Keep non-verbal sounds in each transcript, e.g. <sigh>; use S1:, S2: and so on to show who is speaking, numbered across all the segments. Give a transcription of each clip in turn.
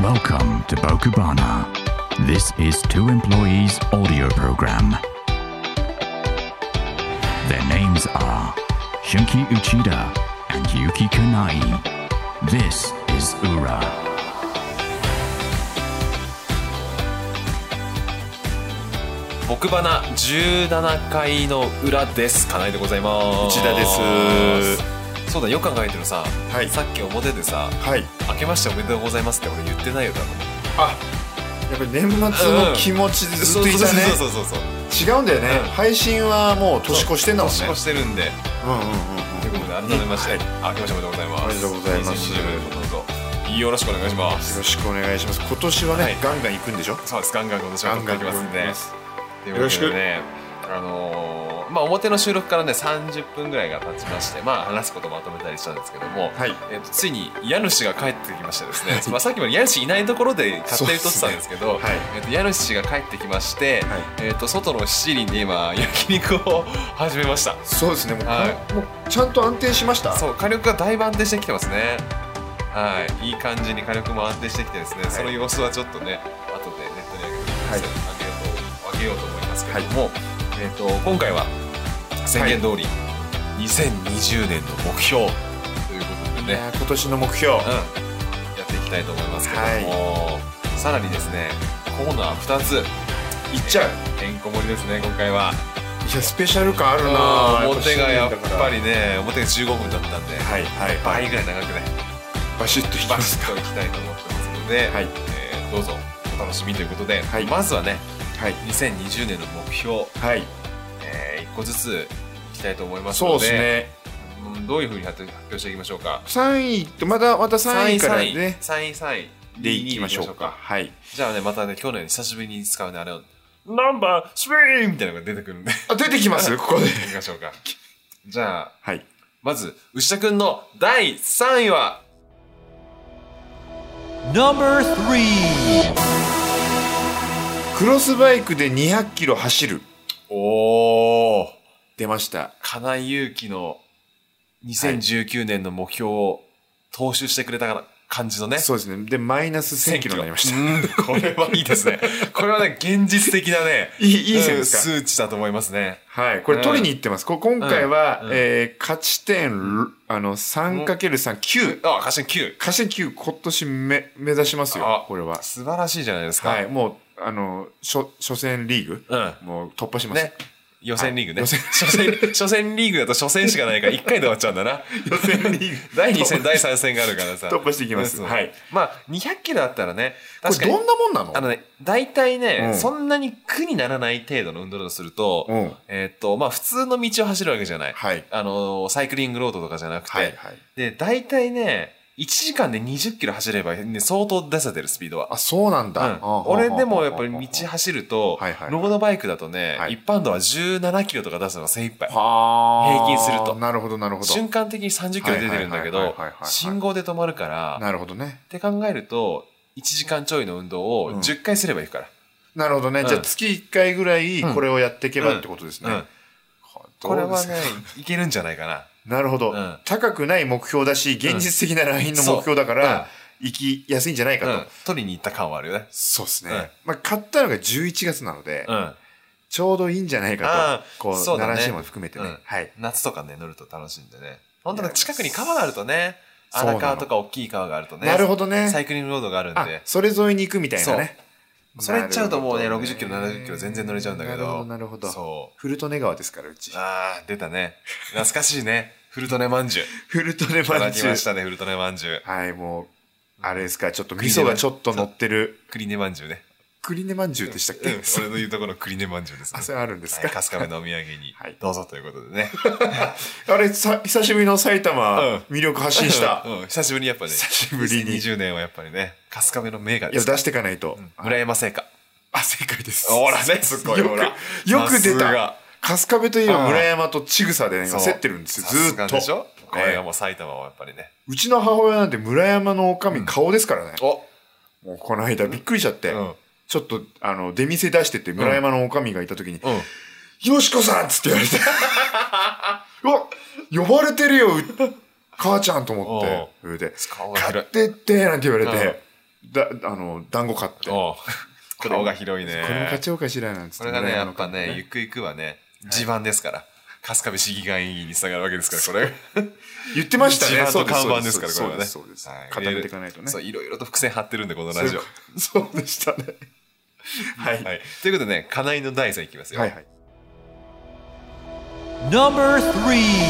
S1: Welcome to Bokubana. This is two employees' audio program. Their names are Shunki Uchida and Yuki Kunai. This is Ura.
S2: 僕バナ17回の裏です金井でございます
S3: 内田です
S2: そうだよく考えてるさ、
S3: はい
S2: さっき表でさ
S3: はい。
S2: 「明けましておめでとうございます」って俺言ってないよ多分
S3: あ、やっぱり年末の気持ちでずっといたね。
S2: そうそうそうそうそう
S3: 違うんだよね
S2: うん。
S3: 配信はもう年越してんだもん
S2: 年
S3: ね
S2: 越。してるんで
S3: うんうんうん
S2: ということで改めまして、明けましておめでとうございます
S3: おめでとうございます
S2: 2020年もどうぞよろしくお願いしま
S3: うん。よ
S2: す
S3: ろしくお願いします。今年は
S2: はい
S3: ね、ガンガン行くんでしょ。
S2: そうですガンガン今年は
S3: ガ
S2: 撮っ
S3: ン
S2: て
S3: ガ
S2: い
S3: ン
S2: き
S3: 行
S2: ますんで
S3: きます。
S2: というわけでねあのーまあ表の収録からね30分ぐらいが経ちましてまあ話すことまとめたりしたんですけども、
S3: はい。
S2: えーとついに家主が帰ってきましてですね、まあ、さっきまで家主いないところで勝手に撮ってたんですけど
S3: そうですねはい
S2: えーと家主が帰ってきまして、
S3: はい
S2: えー、と外の七輪で今焼肉を始めました
S3: そうですね。もう
S2: はい
S3: かもうちゃんと安定しました。
S2: そう火力がだいぶ安定してきてますねはいいい感じに火力も安定してきてですね、
S3: い
S2: その様子はちょっとね後でネットに上げて
S3: はい
S2: あげようとあげようと思いますけれども、えー、と今回は宣言通り、2020年の目標ということでね、
S3: いやー今年の目標。は
S2: うん、やっていきたいと思いますけども、さらにですねコーナー2ついっ
S3: ちゃう
S2: てんこ盛りですね今回はい
S3: やスペシャル感あるな。
S2: 表がやっぱ
S3: り。
S2: りね表が15分だったんで、
S3: はいはいは
S2: 倍
S3: い。
S2: ぐらい長くね
S3: バシッと引き
S2: バ
S3: ま
S2: シ
S3: す
S2: ッ
S3: か。
S2: といきたいと思ってますので、
S3: はい
S2: えーどうぞお楽しみということで、
S3: はい
S2: まずはね
S3: はい
S2: 2020年の目標、
S3: はい。
S2: え1個ずついきたいと思います
S3: そう
S2: ので
S3: ですね。
S2: うんどういうふうに発表していきましょうか
S3: 三位とまだまた三位からね。
S2: 3位3位
S3: でいきましょうか。はい。
S2: じゃあね、またね、去年久しぶりに使うね、あれを、ナンバースリーみたいなのが出てくるんで、
S3: あ出てきますここで。
S2: 行きましょうか。じゃあ、
S3: はい。
S2: まず、牛田くんの第3位は、
S4: Number three.
S3: クロスバイクで200キロ走る
S2: おー、
S3: 出ました
S2: 金井祐希の2019年の目標を踏襲してくれたから感じのね、
S3: そうですねでマイナス1000キロになりました
S2: た。これはいいですね。これはね、現実的なね、
S3: いいいい線ですか、
S2: 数値だと思いますね。
S3: はいこれ取りに行ってます、こ今回は、
S2: うん
S3: えー勝ち点あの 3×39
S2: あ、歌詞9。
S3: 勝ち点9今年め目指します
S2: あ
S3: よこれは
S2: 素晴らしいじゃないですか。
S3: はいもうあの初初戦リーグ
S2: うん。
S3: もう突破します、
S2: ね。予選リーグね。
S3: はい
S2: <laughs>
S3: 予選
S2: 初戦、初戦リーグだと初戦しかないから1回で終わっちゃうんだ <laughs> な。
S3: 予選リーグ
S2: <laughs> 第2戦、第3戦があるからさ。
S3: <laughs> 突破していきます
S2: そう
S3: はい。
S2: まあ、200キロだったらね、
S3: こ
S2: 確か
S3: れど
S2: に、
S3: んなもんなの
S2: あのね、大体ね、
S3: うん
S2: そんなに苦にならない程度の運動だとすると、
S3: うん
S2: えーっと、まあ、普通の道を走るわけじゃない。
S3: はい
S2: あのー、サイクリングロードとかじゃなくて、
S3: はいはい
S2: で、大体ね、1時間で20キロ走れば、ね、相当出せてるスピードは。
S3: あそうなんだ、
S2: うん俺でもやっぱり
S3: は
S2: 道走ると
S3: はいはい
S2: ロードバイクだとね、
S3: はい
S2: 一般道は17キロとか出すのが精一杯
S3: あ
S2: 平均すると
S3: なるほどなるほど
S2: 瞬間的に30キロ出てるんだけ
S3: はいはい
S2: ど
S3: はいはいはい
S2: 信号で止まるからっ
S3: なるほどね
S2: て考えると1時間ちょいの運動を
S3: うん
S2: 10回すればいいから、
S3: なるほどね、
S2: うん
S3: じゃあ月1回ぐらいこれをやっていけばってことですね、
S2: うん、
S3: ど
S2: こ
S3: う
S2: れ
S3: で
S2: は
S3: すか
S2: ねいけるんじゃないかな
S3: なるほ <laughs> ど、
S2: うん
S3: 高くない目標だし現実的なラインの目標だから、行きやすいんじゃないかと、
S2: うん、取りに行った感はあるよね
S3: そうですね、
S2: うん
S3: まあ買ったのが11月なので、
S2: うん
S3: ちょうどいいんじゃない
S2: あ
S3: か
S2: ー
S3: とこう
S2: そうだね
S3: 奈良市も含めてね、
S2: うん
S3: はい
S2: 夏とかね乗ると楽しいんでね本当ね近くに川があるとね
S3: そうな
S2: 荒
S3: の
S2: 川とか大きい川があるとね
S3: なるほど
S2: サイ
S3: ね
S2: クリングロードがあるん
S3: あ
S2: で
S3: それ沿いに行くみたいなね
S2: それ行っちゃうともうね
S3: なるほど
S2: 60キロ70キロ全然乗れちゃうんだけど
S3: なるほどなるほど
S2: そう
S3: フルトネ川ですからうち
S2: あー出たね懐かしいねフルトネまん
S3: <laughs>
S2: じゅう
S3: フルトネ
S2: いた
S3: ま
S2: だ
S3: ん
S2: き
S3: じゅ
S2: ま
S3: う
S2: したねフルトネまんじゅう
S3: はい、もう、あれですか、ちょっと味噌がちょっと乗ってる、
S2: 栗根まんじゅうね
S3: 栗根まんじゅうでしたっ
S2: うん
S3: け、
S2: <laughs> 俺の言うところの栗根まんじゅうですね
S3: あ、それあるんです
S2: はい、
S3: か、
S2: 春日部のお土産に
S3: はい
S2: どうぞということでね
S3: あれさ、久しぶりの埼
S2: うん
S3: 玉、魅力発信した。
S2: <laughs> うん、久しぶりにやっぱね
S3: 久しぶりに
S2: 2020年はやっぱりね春日部の名画
S3: い
S2: で
S3: や、
S2: すから
S3: 出していかないと。
S2: うん村山製菓
S3: あ、正解です。
S2: ほらねすごい
S3: よ
S2: ほら
S3: く、よく出
S2: さす
S3: た
S2: が。
S3: 春日部といえば
S2: うん
S3: 村山と千草でね、今
S2: そう
S3: 競ってるんですよ、
S2: さす
S3: ず
S2: が
S3: ー
S2: で
S3: っ
S2: しょ
S3: と。
S2: これがもう埼玉はやっぱりね
S3: うちの母親なんて村山の女将顔ですからね。
S2: お
S3: もうこの間びっくりしちゃって、
S2: うん
S3: ちょっと、あの、出店出してて、村山の女将がいた時に、
S2: うん
S3: よしこさんっつって言われ
S2: <laughs>
S3: て。うわ呼ばれてるよ、う母ちゃんと思って。それで、
S2: 顔が
S3: 買
S2: 広
S3: っ
S2: い
S3: てって、なんて言われて、だあの団子買ってこ
S2: おう顔が広いね。
S3: れも買っちゃおうかしらなんつって
S2: これがね、
S3: 羨
S2: や
S3: ま
S2: っ
S3: しか
S2: ぱ
S3: た
S2: ね、ゆくゆくはね、地盤ですから。春日部市議会議員に従うわけですから、これ。
S3: 言ってました
S2: 地 <laughs>
S3: ね
S2: 盤と
S3: そうです
S2: 看板ですから、こ
S3: そ
S2: れ
S3: う
S2: は
S3: で
S2: ね。
S3: すそうですそう
S2: は
S3: です固めていかないとね
S2: そう、いろいろと伏線張ってるんで、このラジオ。
S3: そうそうでしたねは
S2: <laughs>
S3: い
S2: はい。ということでね、金井の第3いきますよ。
S3: はいはい
S4: Number three.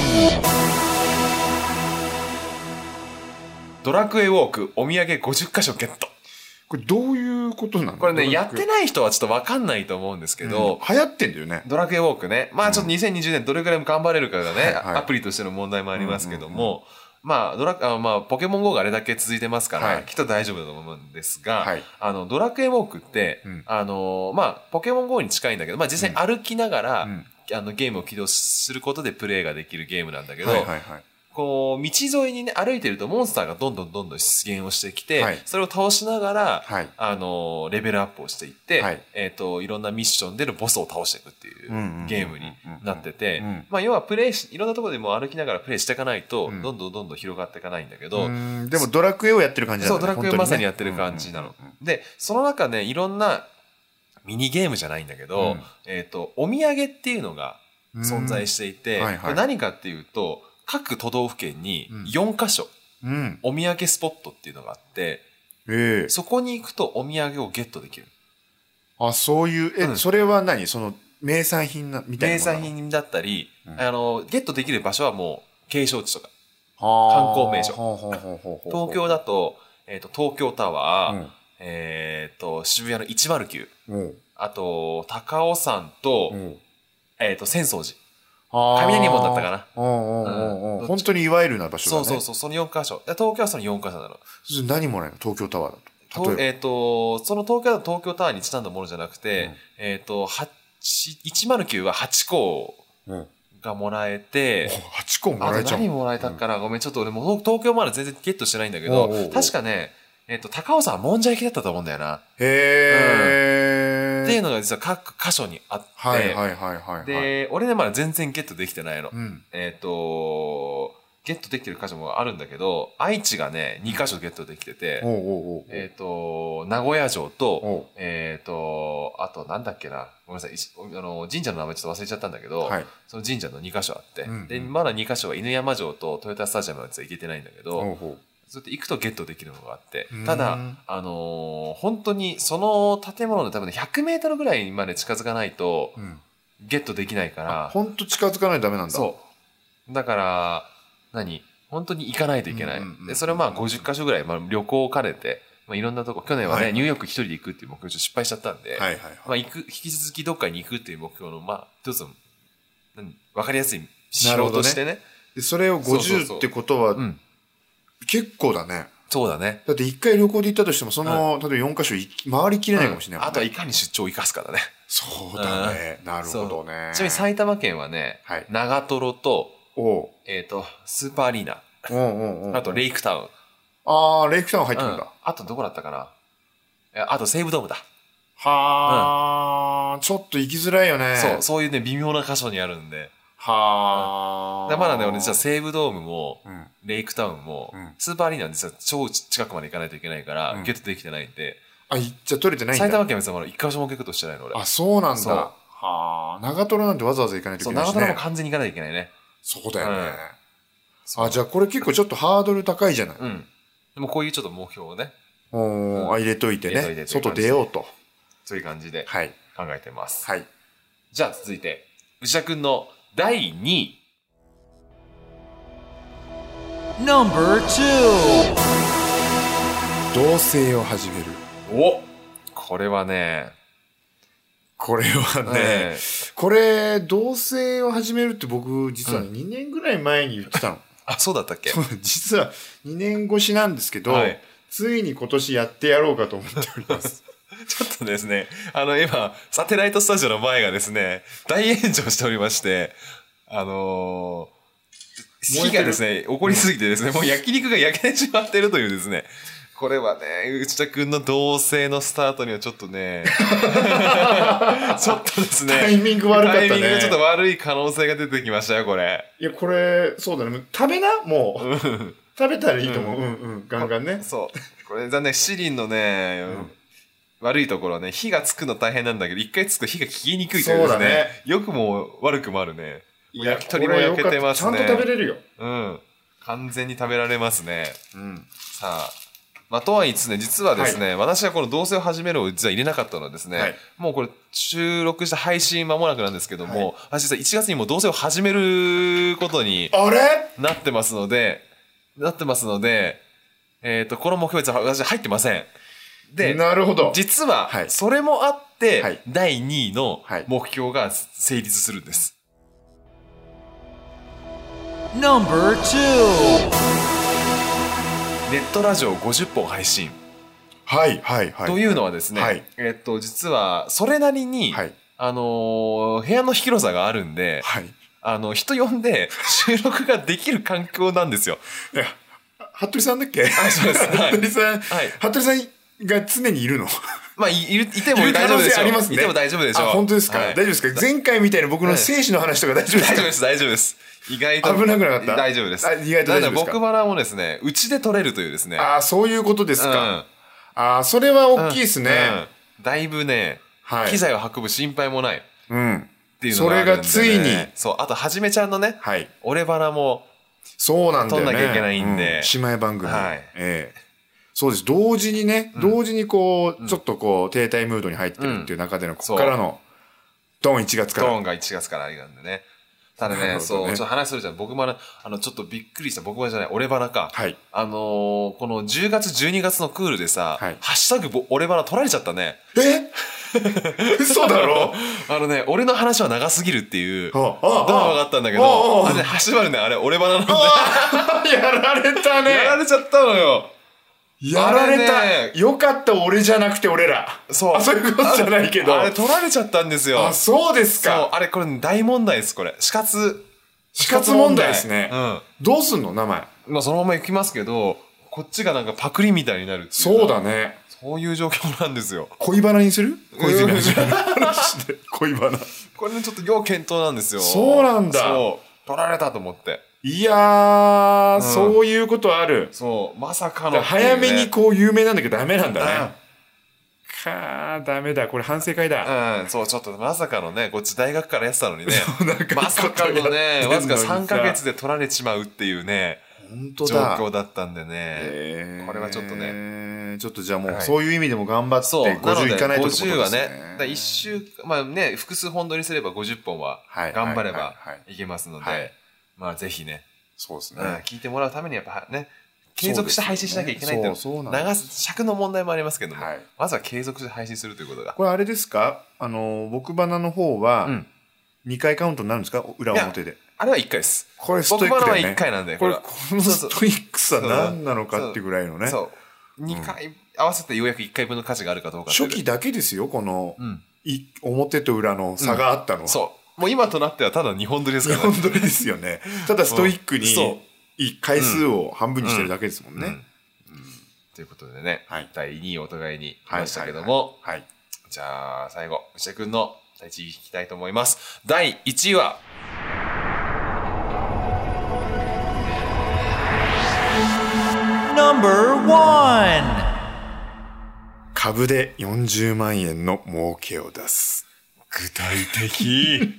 S2: ドラクエウォーク、お土産50箇所ゲット。
S3: これどういうことなの
S2: これね、やって
S3: い
S2: ない人はちょっとわかんないと思うんですけど、
S3: 流行ってんだよね
S2: ドラクエウォークね。まあちょっと2020年どれくらいも頑張れるかがね、
S3: はいはい
S2: アプリとしての問題もありますけども、まあドラあまあポケモン GO があれだけ続いてますから、
S3: はい
S2: きっと大丈夫だと思うんですが、
S3: はい
S2: あの、ドラクエウォークって、
S3: うん
S2: あの、まあポケモン GO に近いんだけど、まあ実際に歩きながら、
S3: うん
S2: あのゲームを起動することでプレイができるゲームなんだけど、
S3: はいはいはい
S2: こう、道沿いにね、歩いてるとモンスターがどんどんどんどん出現をしてきて、
S3: はい
S2: それを倒しながら、
S3: はい
S2: あの、レベルアップをしていって、
S3: はい
S2: い、えっ、と、いろんなミッションでのボスを倒していくっていう
S3: うんうんうんうん
S2: ゲームになってて
S3: うん、
S2: まあ、要はプレイし、いろんなところでもう歩きながらプレイしていかないと
S3: う、ん
S2: どんどんどんどん広がっていかないんだけど、
S3: うーんでもドラクエをやってる感じなん
S2: そう、
S3: だ
S2: ド
S3: ね
S2: ラクエを
S3: 本当
S2: ま
S3: ね
S2: さにやってる感じなの。で、その中ね、いろんなミニゲームじゃないんだけど、
S3: うん
S2: えっ、と、お土産っていうのが
S3: うん
S2: 存在していて、
S3: うんはいはい
S2: これ何かっていうと、各都道府県に4カ所、
S3: うん
S2: お土産スポットっていうのがあって、
S3: ええ
S2: そこに行くとお土産をゲットできる。
S3: あそういうえ、
S2: うん
S3: それは何その名産品なみたいな
S2: 名
S3: ものな
S2: 産
S3: の
S2: 品だったり、
S3: うん
S2: あの、ゲットできる場所はもう、景勝地とか。
S3: は
S2: 観
S3: あ
S2: 光名所
S3: ほうほうほうほうほう
S2: 東京だと、えっ、と、東京タワー、
S3: うん
S2: えっ、と、渋谷の109、
S3: うん
S2: あと、高尾山と、
S3: うん
S2: えっ、と、浅草寺。
S3: あー
S2: 雷門だったかな
S3: うんうんうん
S2: う
S3: うん
S2: ん
S3: 本当にいわゆるな場所だ
S2: そ
S3: ね
S2: うそうそう、その4カ所。で東京はその4カ所なの。
S3: それ何もらえるの東京タワーだと
S2: と
S3: 例え
S2: えっ、と、その東京は東京タワーにちなんだものじゃなくて、
S3: うん
S2: えっ、と、8 109は8個
S3: ば、うん、
S2: がもらえて、
S3: 8個も <laughs> ら
S2: あ
S3: えち
S2: と
S3: ゃう
S2: 何もらえたかな、ごめん、ちょっと俺もう東京まだ全然ゲットしてないんだけど、
S3: おうおうおう
S2: 確かね、えっ、と、高尾山はもんじゃ焼きだったと思うんだよな。
S3: へえ、
S2: っていうのが実は各箇所にあって、
S3: はいはいはいはいはい
S2: で、俺ね、まだ全然ゲットできてないの。
S3: うん、
S2: えっ、と、ゲットできてる箇所もあるんだけど、愛知がね、2箇所ゲットできてて、
S3: おうおうおう
S2: えっ、と、名古屋城と、
S3: おう
S2: えっ、と、あと、なんだっけな、ごめんなさい、いしあの神社の名前ちょっと忘れちゃったんだけど、
S3: はい
S2: その神社の2箇所あって、
S3: うんうん
S2: で、まだ2箇所は犬山城と豊田スタジアムは実は行けてないんだけど、
S3: おうおう
S2: そうやって行くとゲットできるのがあって
S3: うん、
S2: ただ、あのー本当にその建物の多分ね100メートルぐらいまで近づかないと
S3: うん
S2: ゲットできないか
S3: あ
S2: ら、
S3: ほんと近づかないとダメなんだ
S2: そう。だから、何本当に行かないといけない。
S3: うんうんうん
S2: で、それはまあ50カ所ぐらい、まあ旅行を兼ねて、まあいろんなとこ、去年はね、
S3: はい
S2: ニューヨーク一人で行くっていう目標ちょっと失敗しちゃったんで、
S3: はいはい
S2: ま
S3: は
S2: あ
S3: い
S2: 行く、引き続きどっかに行くっていう目標の、まあ一つの、何わかりやすい
S3: な
S2: 指
S3: るほ
S2: 標
S3: ど
S2: と
S3: ね
S2: してね。
S3: でそれを
S2: そうそう
S3: 50
S2: そう
S3: ってことは
S2: うん。
S3: 結構だね、
S2: そうだね。
S3: だって一回旅行で行ったとしてもその、例えば4カ所行き回りきれないかもしれないもんね、
S2: あとはいかに出張を生かすかだね。
S3: そうだね、なるほどね
S2: ちなみに埼玉県はね、
S3: はい
S2: 長瀞と、
S3: おう
S2: えっ、と、スーパーアリーナ、
S3: おうんうんうん
S2: あとレイクタウン、
S3: ああレイクタウン入って
S2: う
S3: くるん
S2: ん
S3: だ、
S2: あとどこだったかなえあと西武ドームだ。
S3: はあ、ちょっと行きづらいよね
S2: そう、そういうね、微妙な箇所にあるんで。
S3: はあ、
S2: だからまだね、俺実は西武ドームも、
S3: うん
S2: レイクタウンも、
S3: うん
S2: スーパーアリーナは実は超近くまで行かないといけないから、
S3: うん
S2: ゲットできてないんで、
S3: あいじゃあ取れてないんだ
S2: 埼玉県は別にまだ一箇所もゲットしてないの、俺。
S3: あそうなん
S2: そう
S3: だはあ長瀞なんてわざわざ行かないとい
S2: そう、
S3: けない
S2: 長
S3: し
S2: 野も
S3: ね
S2: 完全に行かないといけないね。
S3: そうだよね、
S2: そう
S3: あじゃあこれ結構ちょっとハードル高いじゃない、
S2: うん。でもこういうちょっと目標をね、
S3: おーあ入れといてね
S2: 入れといてという
S3: 外
S2: 感じ
S3: 出ようと
S2: そういう感じで
S3: はい
S2: 考えてます。
S3: はい
S2: じゃあ続いて、内田くんの第2位。
S4: Number two.
S3: 同棲を始める
S2: おこれはね、
S3: これはね、
S2: ええ
S3: これ同棲を始めるって僕実は2年ぐらい前に言っ
S2: <laughs>
S3: てたの、
S2: あ、そうだったっけ
S3: <laughs> 実は2年越しなんですけど、
S2: はい
S3: ついに今年やってやろうかと思っております
S2: <laughs> ちょっとですね、あの、今、サテライトスタジオの前がですね、大炎上しておりまして、あのー、
S3: 燃
S2: 火
S3: えて
S2: が
S3: る
S2: ですね、起こりすぎてですね、もう焼肉が焼けてしまってるというですね、これはね、内田君の同性のスタートにはちょっと
S3: <laughs>
S2: ね、ちょっとですね、
S3: タイミング悪かったね
S2: タイミングがちょっと悪い可能性が出てきましたよ、これ。
S3: いやこれそうだね食べなもう食べたらいいと思う、うん、うんガンガンね
S2: そう。これ残念、シリンのね、悪いところはね、火がつくの大変なんだけど、一回つくと火が消えにくいというです
S3: そうだ
S2: ね
S3: ね。
S2: 良くも悪くもあるね。
S3: いや
S2: 焼き鳥も焼けてますね
S3: これよかったちゃんと食べれるよ。
S2: うん。完全に食べられますね。
S3: うん。
S2: さあ。まあ、とはいいですね、実はですね、私はこの同棲を始めるを実は入れなかったのはですね、
S3: はい
S2: もうこれ収録した配信間もなくなんですけども、私実は1月にもう同棲を始めることに
S3: あれ
S2: なってますので、なってますので、えっ、と、この目標別は私入ってません。で、
S3: なるほど。
S2: 実は
S3: は、い
S2: それもあって、
S3: はい
S2: 第2位の
S3: はい
S2: 目標が成立するんです。
S4: Number two.
S2: ネットラジオ50本配信
S3: はいはいはい。
S2: というのはですね、
S3: はい
S2: えっと、実は、それなりに、
S3: はい
S2: あのー部屋の広さがあるんで、
S3: はい。
S2: あの、人呼んで収録ができる環境なんですよ。
S3: いや、服部さんだっけ
S2: そうで
S3: <laughs>
S2: すはい
S3: 服部さん、
S2: はい
S3: 服部さんが常にいるの
S2: まあ、いいるいても
S3: いる可
S2: 大丈
S3: 能
S2: 夫で
S3: 性
S2: しょ
S3: あ
S2: う。
S3: りますね。
S2: いても大丈夫でしょう。
S3: あ本当ですか、
S2: はい
S3: 大丈夫ですか前回みたいに僕の生死の話とか大丈夫です
S2: 大
S3: か
S2: 丈夫です、大丈夫です。意外と。
S3: 危なくなかった
S2: 大丈夫です。
S3: あ意外と大丈
S2: な
S3: 夫ですか
S2: の僕バラもですね、うちで撮れるというですね。
S3: ああ、そういうことですか。ああ、それは
S2: うん
S3: 大きいですね。
S2: うんだいぶね、
S3: はい
S2: 機材を運ぶ心配もないっ
S3: うん。
S2: ていうのがあるんで、ね。
S3: それがついに
S2: そう、あと、はじめちゃんのね、
S3: はい。
S2: 俺バラも、
S3: そうなんだよ
S2: 撮
S3: ね。
S2: んなきゃいけないんで
S3: う姉妹番組。
S2: はい
S3: ええそうです。同時にね、同時にこう、ちょっとこう、停滞ムードに入ってるっていう中での、ここからの、ドン1月か
S2: ドー
S3: ら。
S2: ンが1月からありなんでね。ただ
S3: なる
S2: ね、
S3: ほどね
S2: そう、ちょっと話するじゃん。僕もねあの、ちょっとびっくりした、僕もじゃない、俺バラか。
S3: はい
S2: あのーこの10月、12月のクールでさ、
S3: はい
S2: ハッシュタグぼ、俺バラ取られちゃったね。 <laughs>
S3: え嘘だろ
S2: あのね、俺の話は長すぎるっていう、ド
S3: あああ
S2: ア分かったんだけ
S3: あ
S2: ど、
S3: あ
S2: あれ、始まるね、あれ、俺バラなんだ。
S3: あーやられたね
S2: <laughs> やられちゃったのよ。
S3: やられ
S2: あ
S3: た
S2: れね
S3: よかった俺じゃなくて俺ら
S2: そう
S3: あそういうことじゃないけど
S2: あれ、取られちゃったんですよ
S3: あ。そうです
S2: そう、
S3: か
S2: あれ、これ大問題です、これ。死活。
S3: 死活問題ですね
S2: うん。
S3: どうすんの名前
S2: まあ、そのまま行きますけど、こっちがなんかパクリみたいになるっていか
S3: そうだね
S2: そういう状況なんですよ。
S3: 恋バナにする
S2: ん
S3: 恋バナにする話で恋バナ
S2: これね、ちょっと要検討なんですよ。
S3: そうなんだ
S2: そう。取られたと思って。
S3: いやー、
S2: ん
S3: そういうことある
S2: そう、まさかの、
S3: 早めにこう有名なんだけどダメなんだ
S2: うん
S3: ねかーダメだこれ反省会だ
S2: うん、そう、ちょっとまさかのね、こっち大学からやってたのに
S3: <laughs>
S2: ね
S3: うなん。か
S2: まさかのね、
S3: やってんのにさ
S2: わずか3ヶ月で取られちまうっていうね、
S3: 本当
S2: 状
S3: だ
S2: 況だったんでね。
S3: えー
S2: これはちょっと
S3: ちょっとじゃあもう、
S2: はい
S3: そういう意味でも頑張って
S2: そう、なの
S3: 50
S2: で
S3: いかないとってこと
S2: 50
S3: で
S2: は
S3: す
S2: ね
S3: ね、
S2: だから一週、まあね、複数本撮りすれば50本は
S3: はい
S2: 頑張れば
S3: はいはいはい
S2: いけますの
S3: はい
S2: で、まあぜひね、
S3: そうです
S2: う
S3: ね、
S2: ん聞いてもらうためにやっぱね、継続して配信しなきゃいけないっていう
S3: そうそうなんです
S2: 長す尺の問題もありますけども
S3: はい、
S2: まずは継続して配信するということが。
S3: これあれですかあの僕バナの方は
S2: うん
S3: 2回カウントになるんですか裏表で
S2: あれは1回です。
S3: これスト
S2: 僕
S3: イック
S2: ら
S3: だ
S2: は
S3: よね
S2: 1回なんで、
S3: これ
S2: は
S3: この
S2: そうそ
S3: ス
S2: う
S3: トイックさ何なのかってぐらいのね
S2: そう。2回合わせてようやく1回分の価値があるかどうかっていう
S3: 初期だけですよこの、
S2: うん。
S3: い表と裏の差があったの、
S2: そう。もう今となってはただ2本撮りですから
S3: 本当にです
S2: <laughs>
S3: よねただストイックに、
S2: うんそ
S3: い回数を半分にしてるだけですもんね、
S2: うんうんということでね、
S3: はい
S2: 第2位お互いにい
S3: はい
S2: ましたけども、
S3: はいはい
S2: じゃあ最後、内田君の第1位聞きたいと思います。第1位は、
S4: Number one.
S3: 株で40万円の儲けを出す
S2: 具体
S3: <laughs>
S2: 的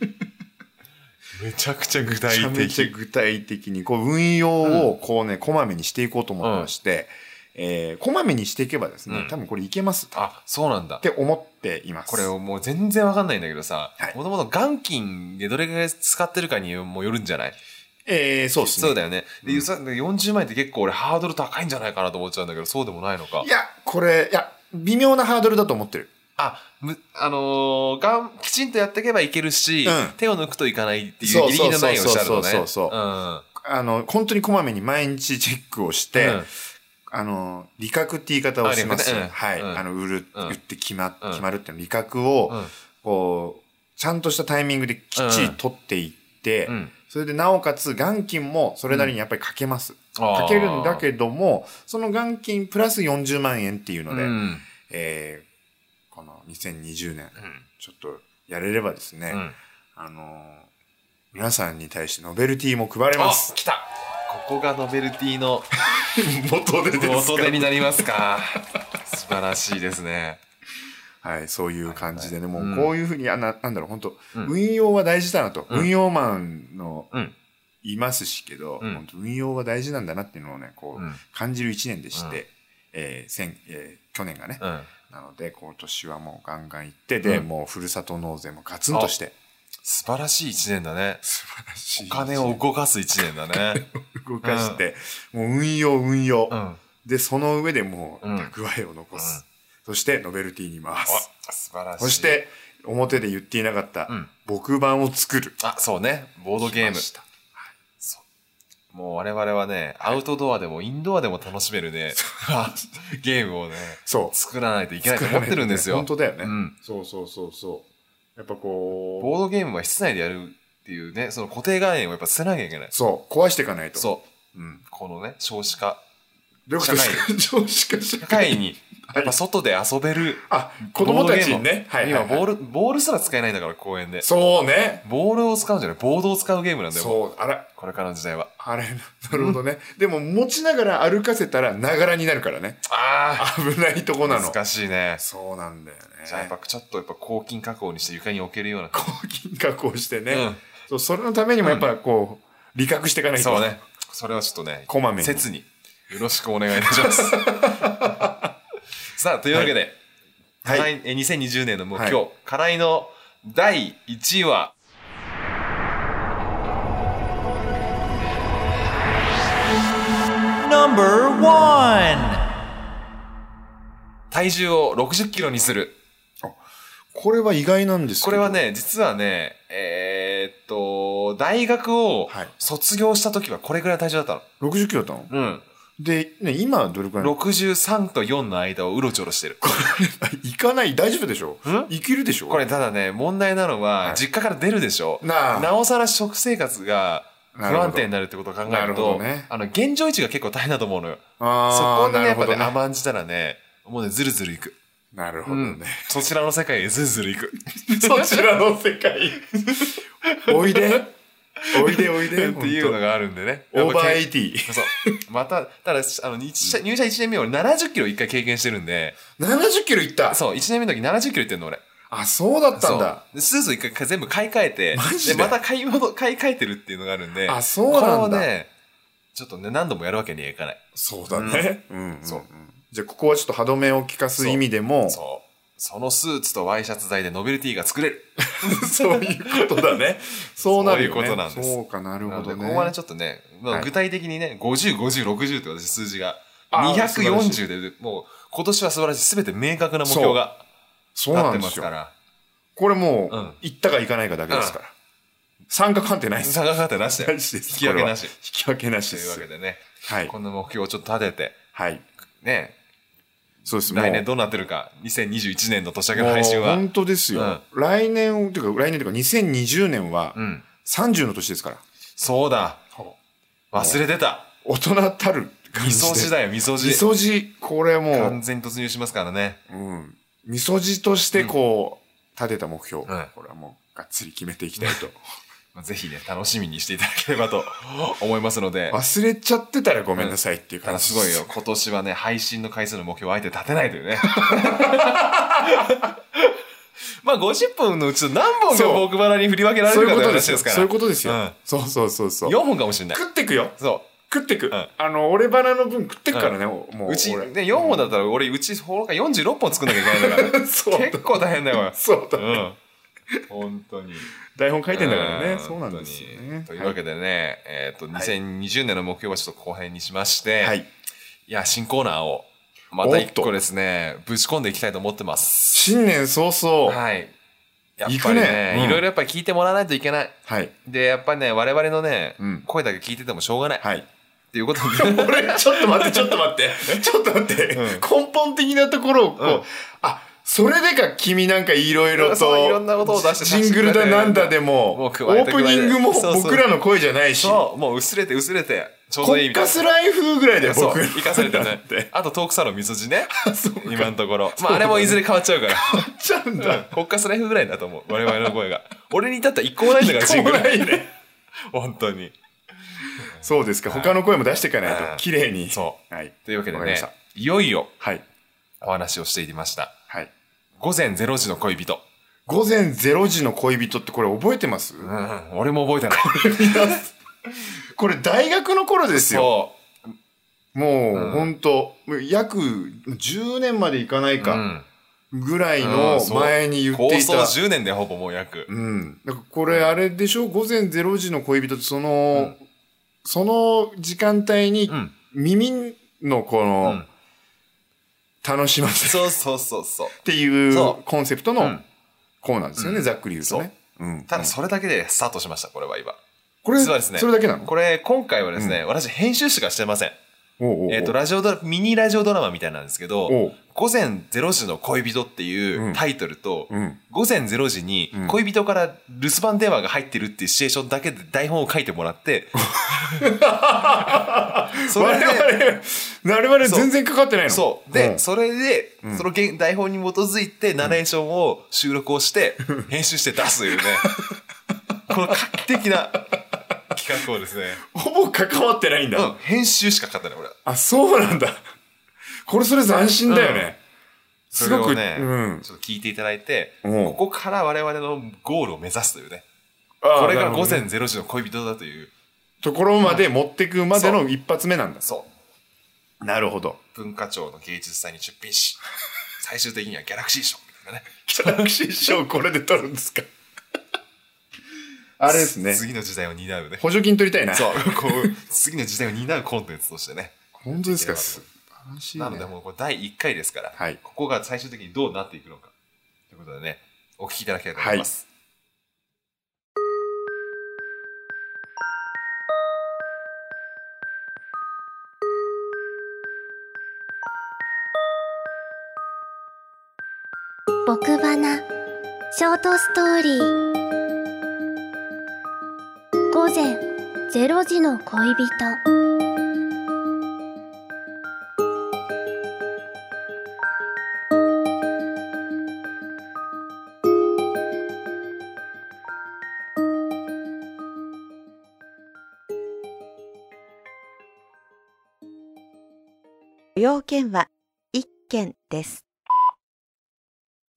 S2: めちゃくちゃ具
S3: めちゃ
S2: 体
S3: めちゃ
S2: 的。
S3: 具体的にこう運用をこうねこまめにしていこうと思いまして、えーこまめにしていけばですね、
S2: うん
S3: 多分これいけますっ
S2: あ、そうなんだ。
S3: て思っています
S2: これをもう全然わかんないんだけどさ
S3: は、い
S2: もともと元金でどれぐらい使ってるかにもよるんじゃない
S3: えーそうですね
S2: そうだよね。で、さ40万円って結構俺ハードル高いんじゃないかなと思っちゃうんだけど、そうでもないのか
S3: い。やこれいや微妙なハードルだと思ってる
S2: あ、む、あのーがん、きちんとやっていけばいけるし、
S3: うん
S2: 手を抜くといかないっていう
S3: そう
S2: ギリギリのラインをしてあるのね。
S3: そうそうそうそうあの本当にこまめに毎日チェックをして、
S2: うん
S3: あの利確って言い方をします、
S2: あ利確ねうん
S3: はい、
S2: うん
S3: あの売る、
S2: うん
S3: 売って決ま,、
S2: うん
S3: 決まるっていうの利確を、
S2: うん
S3: こうちゃんとしたタイミングできっちり取っていって、
S2: うんうん
S3: それでなおかつ元金もそれなりにやっぱりかけます、
S2: あー
S3: かけるんだけどもその元金プラス40万円っていうの
S2: うん。
S3: で、
S2: うん。
S3: えーこの2020年
S2: うん
S3: ちょっとやれればですね、
S2: うん
S3: あのー皆さんに対してノベルティも配れ
S2: あ
S3: ます、
S2: 来たここがノベルティの
S3: <laughs> 元でですか
S2: 元手になりますか。
S3: <laughs>
S2: 素晴らしいですね。
S3: はい、そういう感じでね、
S2: い
S3: もうこういうふうに、あななんだろう、本当、
S2: うん
S3: 運用は大事だなと、
S2: うん
S3: 運用マンの
S2: うん。
S3: いますしけど、
S2: うん
S3: 本当運用は大事なんだなっていうのをね、こう、
S2: うん
S3: 感じる一年でして、
S2: う
S3: えー先えー去年がね、
S2: うん。
S3: なので、今年はもうガンガン行って、で、
S2: うん
S3: もうふるさと納税もガツンとして、
S2: 素晴らしい一年だね。
S3: 素晴ら <laughs> しい
S2: お金を動かす一年だ <laughs> ね。
S3: 動かして、もう運用、運用、
S2: うん。
S3: で、その上でもう
S2: うん
S3: 蓄えを残す。
S2: うん
S3: そして、ノベルティに回
S2: あ
S3: す。
S2: 素晴らしい。
S3: そし、て、表で言っていなかった、
S2: うん
S3: 木版を作る。
S2: あ、そうね。ボードゲーム
S3: しま。した
S2: もう我々はね、アウトドアでもインドアでも楽しめる <laughs> ね、ゲームをね、
S3: そう。
S2: 作らないといけないと思ってるんですよ。
S3: 本当だよね。
S2: うん。
S3: そうそうそうそう。やっぱこ、。
S2: ボードゲームは室内でやるっていうね、その固定概念をやっぱ捨てなきゃいけないう
S3: そう、壊していかないと。
S2: そう。
S3: う。うん。
S2: このね、少子化。
S3: どういうことですか上司化社
S2: 社
S3: 会。
S2: 会 <laughs> に、やっぱ外で遊べる。
S3: あ、子供たちにね。
S2: ボードゲーム今、ボール、ボールすら使えないんだから、公園で。
S3: そうね。
S2: ボールを使うんじゃない、ボードを使うゲームなんだよ。
S3: そう、あら、
S2: これからの時代は。
S3: あれ、 <laughs> なるほどね。でも、持ちながら歩かせたら、ながらになるからね。
S2: あ
S3: 危ないとこなの。
S2: 難しいね。
S3: そうなんだよね。
S2: じゃあやっぱちょっとやっぱ抗菌加工にして床に置けるような。
S3: 抗菌加工してね、
S2: うん
S3: そうそれのためにもやっぱこう、理覚していかないと
S2: そうね。それはちょっとね、
S3: こまめに
S2: 切によろしくお願いいたします。
S3: <laughs>
S2: さあ、というわけで、
S3: はい
S2: はい、え2020年のもう今日、
S3: は
S2: 課題の第1位は、
S4: Number one.
S2: 体重を60キロにする。
S3: これは意外なんです
S2: こ
S3: けど
S2: れはね、実はね、えーっと、大学を
S3: はい
S2: 卒業した時はこれぐらいの体重だったの。
S3: 60キロだったの
S2: うん。
S3: で、ね、今はどれくらいなの
S2: 63と4の間をうろちょろしてる。
S3: 行かない大丈夫でしょ
S2: ん
S3: 生きるでしょ
S2: これただね、問題なの
S3: は
S2: は、
S3: い
S2: 実家から出るでしょ。
S3: なあ
S2: なおさら食生活が不
S3: なるほど
S2: 安定になるってことを考え
S3: な
S2: る
S3: る
S2: と、
S3: ほどね
S2: あの、現状維持が結構大変だと思うのよ。
S3: あ
S2: そこ
S3: ー
S2: にね、やっぱね、
S3: なるほどね
S2: 甘んじたらね、もうね、ずるずるいく。
S3: なるほど
S2: う
S3: ね、
S2: ん。そちらの世界へずるずるいく。
S3: <laughs> そちらの世界おいでおいでおい
S2: <laughs>
S3: で
S2: っていうのがあるんでね。
S3: オーバー
S2: や
S3: エ
S2: っ
S3: イティ
S2: ぱけんそう。また、ただ、あの、一社入社1年目俺70キロ一回経験してるんで、
S3: 70キロいった
S2: そう、1年目の時70キロいってんの俺。
S3: あそうだったんだ
S2: そうでスーツ一回全部買い替えて
S3: マジで
S2: また買い戻買い替えてるっていうのがあるんで
S3: あそうなんだ
S2: これをねちょっとね何度もやるわけにはいかない
S3: そうだね、うんうんうん
S2: そう
S3: じゃあここはちょっと歯止めを効かす意味でも
S2: そうそのスーツとワイシャツ材でノベルティが作れる
S3: そういうことだね。そうなるよね。
S2: そういうことなんです
S3: そうか、なる
S2: な
S3: ほ
S2: ので
S3: ど
S2: こ
S3: ね。
S2: こはねちょっとね、ま
S3: は
S2: あ、
S3: い
S2: 具体的にね505060って私数字が
S3: あー素晴らし
S2: 240でもう今年は素晴らしい全て明確な目標が
S3: そう
S2: 立
S3: な
S2: っ
S3: ん
S2: て
S3: で
S2: ますす
S3: よ
S2: か。ら <laughs>
S3: これもう、
S2: うん
S3: 行ったか行かないかだけですから。三角判定ないです。
S2: 差がかってなしだよ
S3: 大
S2: 引
S3: 事です。
S2: き分けなし
S3: これは引き分けなし
S2: と
S3: で
S2: いうわけ
S3: す。
S2: でね、
S3: はい。
S2: こんな目標をちょっと立てて
S3: はい。
S2: ね
S3: そうです。
S2: 来年
S3: も
S2: どうなってるか2021年の年明け
S3: う、
S2: の
S3: もう
S2: 配信は
S3: 本当ですよ。
S2: う
S3: 来年を、というか、来年というか、2020年は
S2: うん
S3: 30の年ですから。
S2: そうだ
S3: ほ。
S2: 忘れてた。
S3: 大人たる感
S2: 味
S3: じで。
S2: 噌汁だよ、味噌
S3: み
S2: 汁。
S3: そじ、これも
S2: 完
S3: う、
S2: 全に突入しますからね。
S3: うん。みそじとして、こう、立てた目標。
S2: はい
S3: これはもう、がっつり決めていきたいと。
S2: ぜひね、楽しみにしていただければ
S3: <laughs>
S2: と思いますので。
S3: 忘れちゃってたらごめんなさいっていう
S2: た
S3: 感
S2: だ
S3: じ
S2: す
S3: で
S2: ごいよ。今年はね、配信の回数の目標をあえて立てないという
S3: <laughs>
S2: ね。まあ50分のうちの何本が
S3: そう
S2: 僕バラに振り分けられ
S3: そう
S2: る
S3: い
S2: か
S3: う
S2: と
S3: こ
S2: いう話
S3: とです
S2: で
S3: よ。
S2: すから。
S3: そういうことですよ。
S2: うん
S3: そうそうそうそう。
S2: 4本かもしれない。
S3: 食ってくよ。
S2: そ
S3: 食ってく。
S2: ん
S3: あの、俺バナの分食ってくからね、も
S2: う。
S3: う。
S2: うち、
S3: 俺
S2: ね、4本だったら俺、うち、ほろか46本作んなきゃいけないんだか
S3: <laughs> そう
S2: ら。
S3: だ
S2: 結構大変だよ。
S3: そうだ、
S2: うん。本当に。
S3: 台本書いてんだから
S2: う
S3: ね。そうなんですよ
S2: 本当
S3: ね
S2: に。というわけでね、えっ、と、2020年の目標はちょっと後編にしまして、、
S3: はいい。
S2: や、新コーナーを、また
S3: おっ
S2: 一
S3: と
S2: 個ですね、ぶち込んでいきたいと思ってます。
S3: 新年早々。は
S2: は
S3: い。
S2: い。やっ
S3: 行
S2: ぱ
S3: く
S2: り
S3: ね
S2: ね、
S3: うん
S2: いろいろやっぱり聞いてもらわないといけない。
S3: はい。
S2: で、やっぱりね、我々のね、
S3: うん
S2: 声だけ聞いててもしょうがない。っていうことで、
S3: <laughs> 俺、ちょっと待って、ちょっと待って。ちょっと待って。
S2: うん
S3: 根本的なところをこう、
S2: うん
S3: あ、それでか君なんかいろいろ
S2: そう
S3: と、
S2: いろんなことを出して
S3: ジングルだなんだで
S2: も
S3: も、
S2: う
S3: オ
S2: 加えて加
S3: ープ
S2: えて
S3: ニングも
S2: そうそう
S3: 僕らの声じゃないし。
S2: そう、もう薄れて薄れて、ちょうどいい
S3: 国
S2: みたい
S3: 家
S2: な。
S3: スライフぐらいだよ、
S2: そう、
S3: 僕。
S2: 生かされて
S3: だ
S2: ね
S3: って。
S2: あとトークサロンみ <laughs> そじね。
S3: そうか
S2: 今のところ。まあ、あれもいずれ変わっちゃうから。
S3: ちゃうんだ。
S2: 国家スライフぐらいだと思う。我 <laughs> 々の声が。俺に至ったら一個もないんだから、ジングル
S3: 来ね。
S2: 本当に。
S3: そうですか。他の声も出していかない
S2: うん
S3: と。綺麗に。。
S2: そう
S3: はい。
S2: というわけで
S3: わかり
S2: ね
S3: ました、
S2: いよいよ
S3: はい。
S2: お話をしていきました。
S3: はい。
S2: 午前0時の恋人。
S3: 午前0時の恋人ってこれ覚えてます
S2: うん、俺も覚えてない。
S3: これ大学の頃ですよ。
S2: そ
S3: も
S2: う。
S3: うん本当、約10年までいかないう
S2: う
S3: か
S2: ん。
S3: ぐらい
S2: うん
S3: の
S2: そう
S3: 前に言っ
S2: 構
S3: てい
S2: 想
S3: た。
S2: 10年でほぼもう約。
S3: うん。だからこれあれでしょ午前0時の恋人ってその、その時間帯に
S2: うん。
S3: 耳のこ
S2: う
S3: の
S2: ん、
S3: 楽しませ
S2: そうそうそうそう。
S3: っていう
S2: そう
S3: コンセプト
S2: う
S3: の
S2: ん
S3: コーナーですよね、ざっくり言うとね。うん
S2: ただそれだけでスタートしました、これは今。
S3: これ
S2: 実はですね
S3: それだけなの
S2: これ、今回はですね、私編集しかしてません。
S3: おうおうおう
S2: えっと、ラジオドラ、ミニラジオドラマみたいなんですけど
S3: おう、
S2: 午前0時の恋人って
S3: う
S2: いうんタイトルと、
S3: うん
S2: 午前0時に
S3: うん
S2: 恋人から留守番電話が入ってるっていうシチュエーションだけで台本を書いてもら
S3: <laughs>
S2: って、それ
S3: 我
S2: で、
S3: 々、我々
S2: そう
S3: 全然かかってないの
S2: そう。で、
S3: ん
S2: それで、
S3: ん
S2: その原台本に基づいてナレーションを収録を
S3: <laughs>
S2: して、編集して出すというね、この画期的な企画をですね、
S3: ほぼ関わってないんだ。
S2: うん、編集しか書かない、俺は。
S3: あ、そうなんだ。これそれ斬新だよね。
S2: そ
S3: す
S2: れ
S3: ご
S2: を
S3: く、
S2: ね、
S3: うん。
S2: ちょっと聞いていただいて、
S3: うん
S2: ここから我々のゴールを目指すというね、
S3: こ
S2: これが午前0時の恋人だという、
S3: ところまで持ってくまでの一発目なんだ。
S2: そ
S3: なるほど。
S2: う、文化庁の芸術祭に出品し、 <laughs> 最終的にはギャラクシー賞みたいなね。
S3: ギャラクシー賞これで取るん
S2: <laughs>
S3: ですかあれですね。
S2: 次の時代を担うね。
S3: 補助金取りたいな。
S2: そう、こう、次の時代を担うコンテンツとしてね。
S3: 本当ですか素晴らしいね
S2: なので、もうこれ第1回ですから、
S3: はい
S2: ここが最終的にどうなっていくのか。ということでね、お聞きいただきたいと思います。
S5: 僕花ショートストーリー午前0時の恋人
S6: 要件は1件です。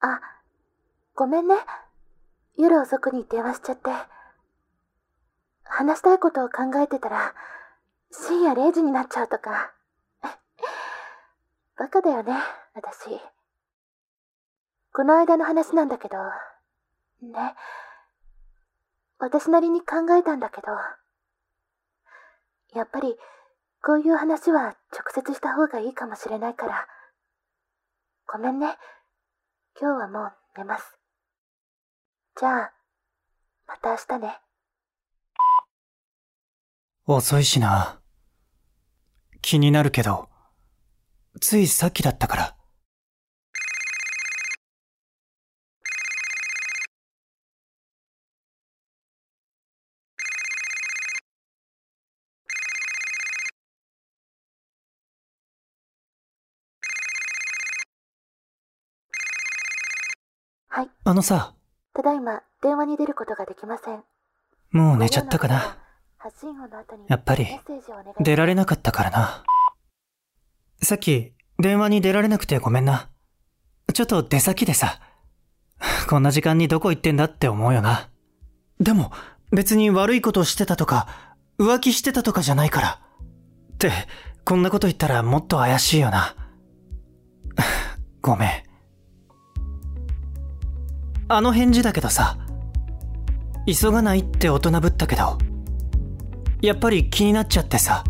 S5: あごめんね夜遅くに電話しちゃって話したいことを考えてたら深夜0時になっちゃうとか <laughs> バカだよね私この間の話なんだけどね私なりに考えたんだけどやっぱりこういう話は直接した方がいいかもしれないからごめんね今日はもう寝ます。じゃあ、また明日ね。
S7: 遅いしな。気になるけど、ついさっきだったから。
S5: はい。
S7: あのさ、
S5: ただいま、電話に出ることができません。
S7: もう寝ちゃったかな。
S5: 発信音の後に
S7: やっぱり
S5: メッセージをお願い
S7: 出られなかったからな。さっき、電話に出られなくてごめんな。ちょっと出先でさ。こんな時間にどこ行ってんだって思うよな。でも、別に悪いことしてたとか、浮気してたとかじゃないから。って、こんなこと言ったらもっと怪しいよな。 <laughs> ごめん。あの返事だけどさ、急がないって大人ぶったけど、やっぱり気になっちゃってさ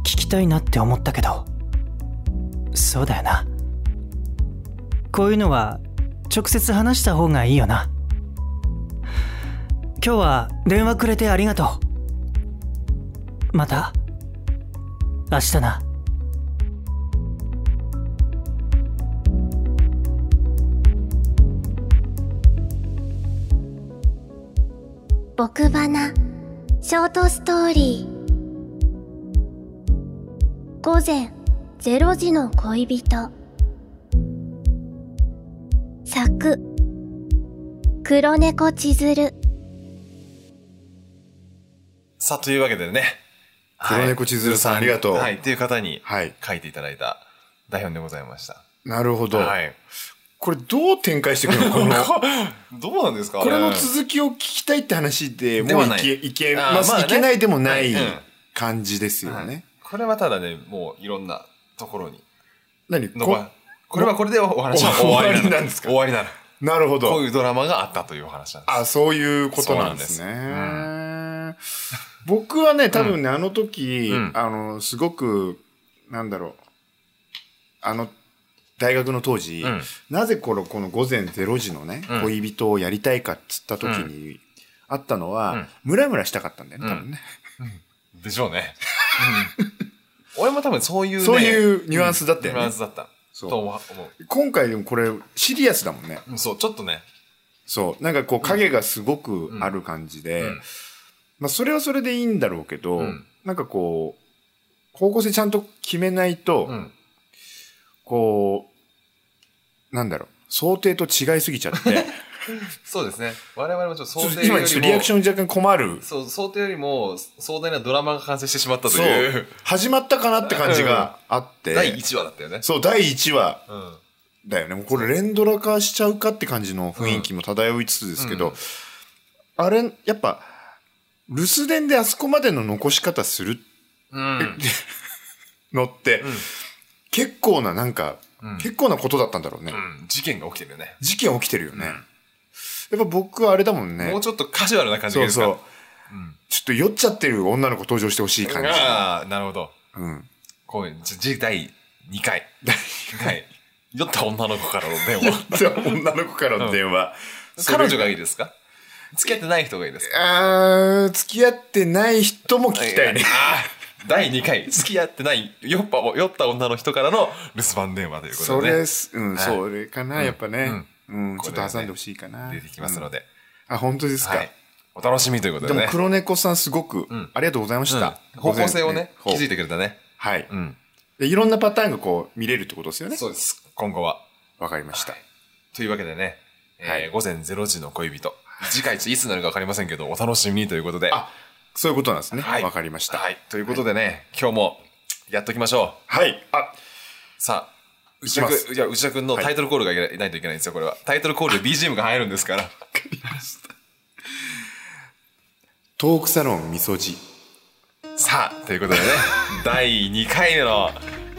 S7: 聞きたいなって思ったけどそうだよなこういうのは直接話した方がいいよな今日は電話くれてありがとうまた明日な
S5: 僕花ショートストーリー午前0時の恋人作黒猫千鶴
S2: さあ、というわけでね。
S3: 黒猫千鶴さんありがとう
S2: はい、っていう方に
S3: はい
S2: 書いていただいた台本でございました。
S3: なるほど。
S2: はい。
S3: これどう展開してい
S2: <laughs>
S3: くのこの
S2: どうなんですか
S3: これの
S2: き
S3: 続きを聞きたいって話で、
S2: で
S3: もう
S2: はいない
S3: け、いけ、
S2: あー
S3: まあ、
S2: まあね
S3: いけないでもない
S2: はいうん
S3: 感じですよね。
S2: これはただね、もういろんなところに
S3: 何こ
S2: のば、これはこれでお話は
S3: お
S2: 終わりな
S3: 終わり
S2: の
S3: なんですか
S2: 終わりなの。
S3: なる
S2: こ
S3: ほ
S2: う
S3: ど。
S2: いうドラマがあったというお話なんです。
S3: あ、そういうことなんです
S2: そう
S3: ね。僕はね、多分ね、あの時
S2: うん、
S3: あの、すごく、なんだろう、あの、大学の当時
S2: うん、
S3: なぜこのこの午前0時のね
S2: うん、
S3: 恋人をやりたいかっつった時に、あった
S2: う
S3: の
S2: ん
S3: は、ムラムラしたかったんだよね、
S2: うん
S3: 多分ね。
S2: でしょうね。うん <laughs> 俺も多分そういうね、
S3: そういうニュアンスだったよね
S2: ニュアンスだった。
S3: そ
S2: そうう。と思う
S3: 今回でもこれ、シリアスだもんね。
S2: うん。そう、ちょっとね。
S3: そう。なんかこう影がすごくある感じで、
S2: うん
S3: まあそれはそれでいいんだろうけど、
S2: うん
S3: なんかこう、方向性ちゃんと決めないと、
S2: うん。
S3: こう、なんだろう、想定と違いすぎちゃ
S2: <laughs>
S3: って、
S2: そうですね。我々もちょっと想定よ
S3: 今
S2: りも。
S3: ちょっとリアクション若干困る。
S2: そう、想定よりも壮大なドラマが完成してしまったという、
S3: 始まったかなって感じがあっ
S2: <laughs>
S3: て、
S2: 第1話だったよね。
S3: そう、第1話
S2: うん。
S3: だよね。もうこれ連ドラ化しちゃうかって感じの雰囲気も漂いつつですけど、
S2: うん
S3: あれ、やっぱ、留守電であそこまでの残し方する
S2: うん。
S3: のって、結構ななんか、
S2: うん
S3: 結構なことだったんだろうね、
S2: うん事件が起きてるよね。
S3: 事件起きてるよね、やっぱ僕はあれだもんね
S2: もうちょっとカジュアルな感じ
S3: そ
S2: がいういです
S3: そ
S2: か
S3: う、ちょっと酔っちゃってる女の子登場してほしい感じ、
S2: ああ、なるほど。
S3: うん、
S2: こういう、じじ第2回。
S3: <laughs>
S2: 第2回。酔った女の子からの電話。
S3: じゃあ女の子からの電話、それ
S2: 彼女がいいですか付き合ってない人がいいですか
S3: あー付き合ってない人 <laughs> も聞きたいね
S2: あー第2回、付き合ってない酔っぱ酔った女の人からの留守番電話というこ
S3: <laughs> そ
S2: とで、
S3: れ
S2: ね、
S3: す、うん、
S2: はい
S3: それかな、やっぱね、うんちょっと挟んでほしいかな、
S2: 出てきますの
S3: で、
S2: で、
S3: あ本当ですか、
S2: はい。お楽しみということ
S3: で
S2: でね。
S3: も黒猫さんすごく
S2: ん
S3: ありがとうございました、
S2: うん方向性をね、気
S3: 午前
S2: づいてくれたね。
S3: はい、
S2: うん。
S3: でいろんなパターンがこう見れるってことですよね
S2: そうです。今後は。
S3: わかりました。
S2: というわけでね、えー
S3: はい
S2: 午前0時の恋人。次回いつになるかわかりませんけど、お楽しみにということで。
S3: あ、そういうことなんですね。わ、
S2: はい
S3: かりました。
S2: はい。ということでね、今日もやっときましょう。
S3: はい。あ、
S2: さあ、内田
S3: いき
S2: 君、じゃあ内田君のタイトルコールがいけないないといけないんですよ、これは。タイトルコールで BGM が入るんですから。
S3: トークサロンみそじ。
S2: さあ、ということ
S3: <laughs>
S2: でね、第2回目の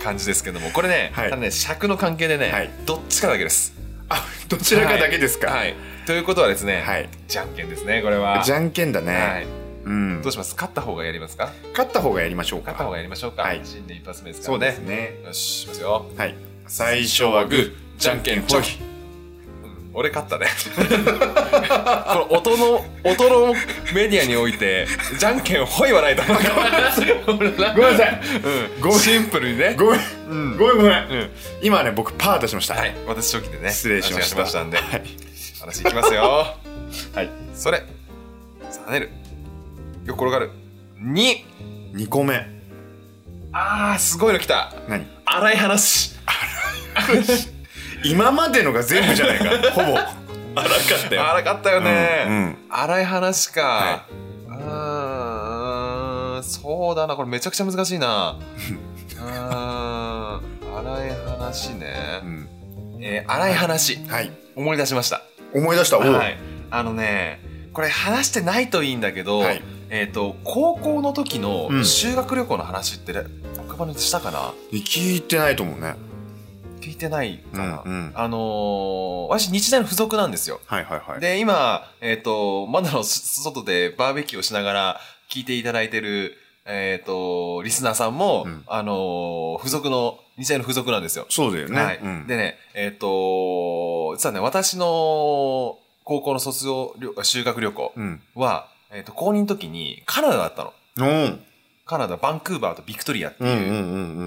S2: 感じですけども、これね、
S3: はい
S2: ただね、尺の関係でね、
S3: はい
S2: どっちかだけです。
S3: あ、どちらかだけですか。
S2: はい。はいということはですね、
S3: はい
S2: じゃんけんですね、これは。
S3: じゃんけんだね。
S2: はい。
S3: うん
S2: どう。します勝った方がやりますか
S3: 勝った方がやりましょうか。
S2: 勝った方がやりましょうか、
S3: はい
S2: 新年一発目ですか
S3: そ
S2: ら
S3: う
S2: ね
S3: ですね。
S2: よしいきますよ
S3: はい。最初はグー、
S2: じゃんけんぽい俺勝ったねこれ音の音のメディアにおいてじゃんけんほいはないと思う
S3: ごめんなさい。
S2: うん
S3: ごめん
S2: シンプルにね
S3: ごめん。ごめんごめん。
S2: ん
S3: 今ね、僕パー出しました。
S2: はい私初期でね
S3: 失礼しまし
S2: 私がしま
S3: た
S2: したんで、
S3: はい
S2: 私いきますよはいそれさあねるよく転がる2
S3: 二個目。
S2: あーすごいの来た
S3: 何
S2: 荒い話
S3: 今までのが全部じゃな
S2: <laughs>
S3: いか。ほぼ。
S2: 荒かったよ荒かったよね、
S3: うんうん
S2: 荒い話か、うーんそうだなこれめちゃくちゃ難しい
S3: <laughs>
S2: なうーん荒い話
S3: う
S2: ね、
S3: ん。
S2: えー荒い話、
S3: はい。
S2: 思い出しました
S3: 思い出した。おう
S2: はいあのねこれ話してないといいんだけど、
S3: はい
S2: えっ、と高校の時
S3: う
S2: の
S3: ん
S2: 修学旅行の話って赤羽でしたかな
S3: 聞いてないと思うね。
S2: 聞いてないかな、
S3: うんうん
S2: あのー私日大の付属なんですよ
S3: はいはいはい。
S2: で、今、えっ、と、まだのす外でバーベキューをしながら聞いていただいてる、えっ、と、リスナーさんも、
S3: うん
S2: あのー付属の、2歳の付属なんですよ。
S3: そうだよね。
S2: はい。
S3: うん
S2: でね、えっ、と、実はね、私の高校の卒業旅、修学旅行
S3: うん。
S2: は、えっ、と、高2の時にカナダだったの。
S3: おう
S2: カナダ、バンクーバーとビクトリアって
S3: うんう
S2: い
S3: ん
S2: う。
S3: うんう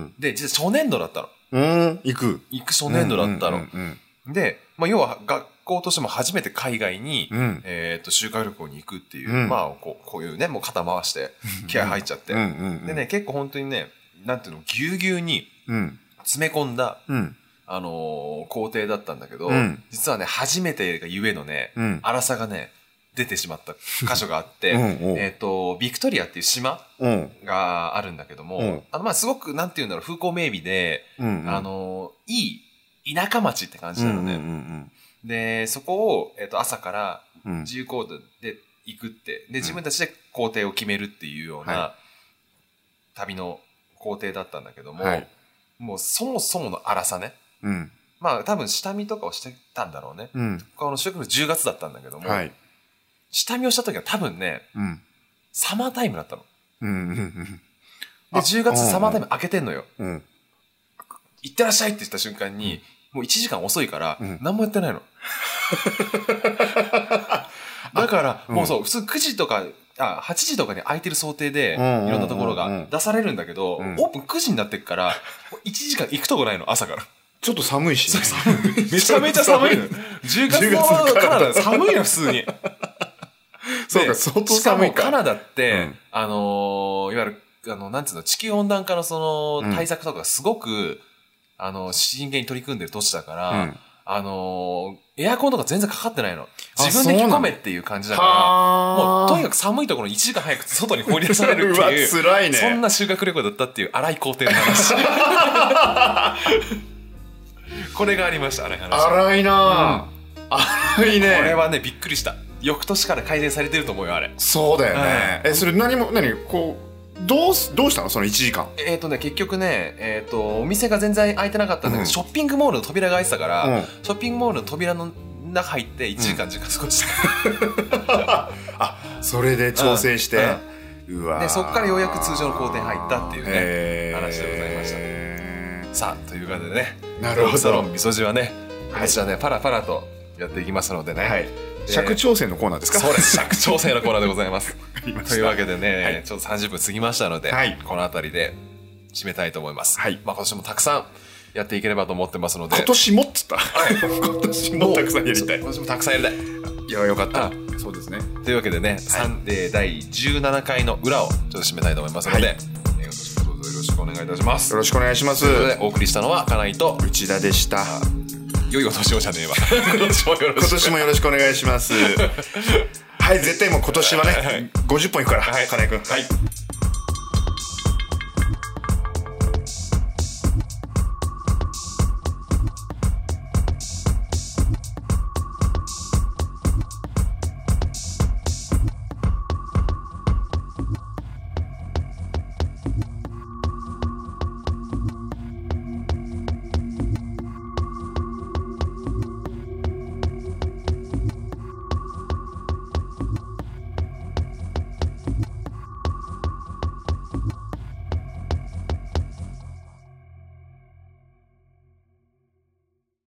S3: ん。
S2: で、実は初年度だったの。
S3: うん、行く。
S2: 行く初年度だったの。
S3: うんうん
S2: で、まあ、要は学校としても初めて海外に、
S3: うんうん。
S2: えー、と修学旅行に行くっていう、
S3: うん
S2: まあこうこういうねもう肩回して気合入っちゃって、
S3: うんうんうん
S2: でね結構本当にねなんていうのぎゅうぎゅうに
S3: うん。
S2: 詰め込んだ、
S3: うん。
S2: あのー、工程だったんだけど、
S3: うん
S2: 実はね初めてがゆえのね
S3: うん
S2: 粗さがね出てしまっ
S3: <laughs>
S2: た箇所があって、
S3: うんうん
S2: えっ、と、ビクトリアっていう島
S3: うん。
S2: があるんだけども、
S3: うん
S2: あの、まあ、すごく、なんていうんだろう、風光明媚で、
S3: うんうん。
S2: あの、いい田舎町って感
S3: う
S2: じ
S3: んう
S2: なんの
S3: うんう
S2: ね。
S3: ん
S2: で、そこを、えっ、と、朝から
S3: うん。うん
S2: 自由行動で行くって、で、自分たちで工程を決めるっていうような
S3: は
S2: 旅の工程だったんだけども、
S3: はい
S2: もうそもそもの荒さね。
S3: うん。
S2: まあ多分下見とかをしてたんだろうね。
S3: うん。
S2: この収穫の10月だったんだけども、
S3: はい。
S2: 下見をした時は多分ね、
S3: うん。
S2: サマータイムだったの。
S3: うんうんうん
S2: で、
S3: あ
S2: 10月サマータイ
S3: うん
S2: ム開けてんのよ。
S3: うん。うん。
S2: 行ってらっしゃいって言った瞬間に、もう1時間遅いから
S3: うん、
S2: 何もやって
S3: <laughs>
S2: ないの。だから、
S3: うん
S2: もうそう、普通9時とか、あ、8時とかに空いてる想定で、い
S3: うんうんうんうん
S2: ろんなところが出されるんだけど、オ
S3: うん
S2: ープン9時になってっから、もう1時間行くとこないの、朝から。
S3: <laughs> ちょっと寒いしね。 <laughs>
S2: めちゃめちゃ寒いの。10月のカナダ寒いの、普通に。
S3: <laughs> そう
S2: で
S3: か、相当寒い
S2: しかもカ
S3: か。
S2: ナダって、
S3: うん
S2: あのーいわゆる、あの、なんつうの、地球温暖化のその対策とかがすごく、あの、真剣に取り組んでる土地だから、
S3: うん。
S2: あのーエアコンとか全然かかってないの。
S3: あ
S2: 自分で
S3: そう
S2: 着込
S3: なの
S2: めっていう感じだから、も
S3: は
S2: うとに
S3: か
S2: かく寒いところに1時間早く外に放り出されるって <laughs> いう。
S3: うわ、辛いね。
S2: そんな修学旅行だったっていう荒い工程の <laughs> 話。これがありました、荒い話。
S3: 荒いな
S2: <laughs>
S3: ぁ。荒いね。
S2: これはね、びっくりした。翌年から改善されてると思うよ、あれ。
S3: そうだよ
S2: はい
S3: ね。え、それ何も、何こう、どうす、どうしたのその1時間。
S2: えっ、とね、結局ね、えっ、と、お店が全然開いてなかったんだけど、
S3: うん
S2: ショッピングモールの扉が開いてたから、
S3: うん
S2: ショッピングモールの扉の中入って1時間時間過ご <laughs> した。
S3: それで調整して。うわ
S2: で、そこからようやく通常の工程に入ったっていうね、
S3: ね
S2: 話でございました
S3: し
S2: さあ、ということでね、
S3: た。なるほ
S2: サロン
S3: ど。
S2: みそじはね、私はね、パラパラとやっていきますのでね。
S3: はい。
S2: で
S3: 尺調整のコーナーですか
S2: そうです、尺調整のコーナーでござい
S3: <laughs>
S2: ます。というわけでね、
S3: はい
S2: ちょっと30分過ぎましたので、
S3: はい
S2: この辺りで締めたいと思います。
S3: はい
S2: まあ今年もたくさんやっていければと思ってますので、
S3: <laughs> 今年もっつった。今年もたくさんやりたい。
S2: 今年もたくさんやりたい。
S3: いや、よかった
S2: あ。
S3: そうですね。
S2: というわけでね、三えー第17回の裏をちょっと締めたいと思いますので、
S3: はい
S2: えー今年もどうぞよろしくお願いいたします。
S3: よろしくお願いします
S2: と。いうことでお送りしたのは、かないと、
S3: 内田でした。
S2: 良いお年をじゃね
S3: <laughs>
S2: えわ。今年もよろ
S3: 今
S2: しく。
S3: 年もよろしくお願いします。はい、絶対もう今年はね、50本いくから、金井君。はい。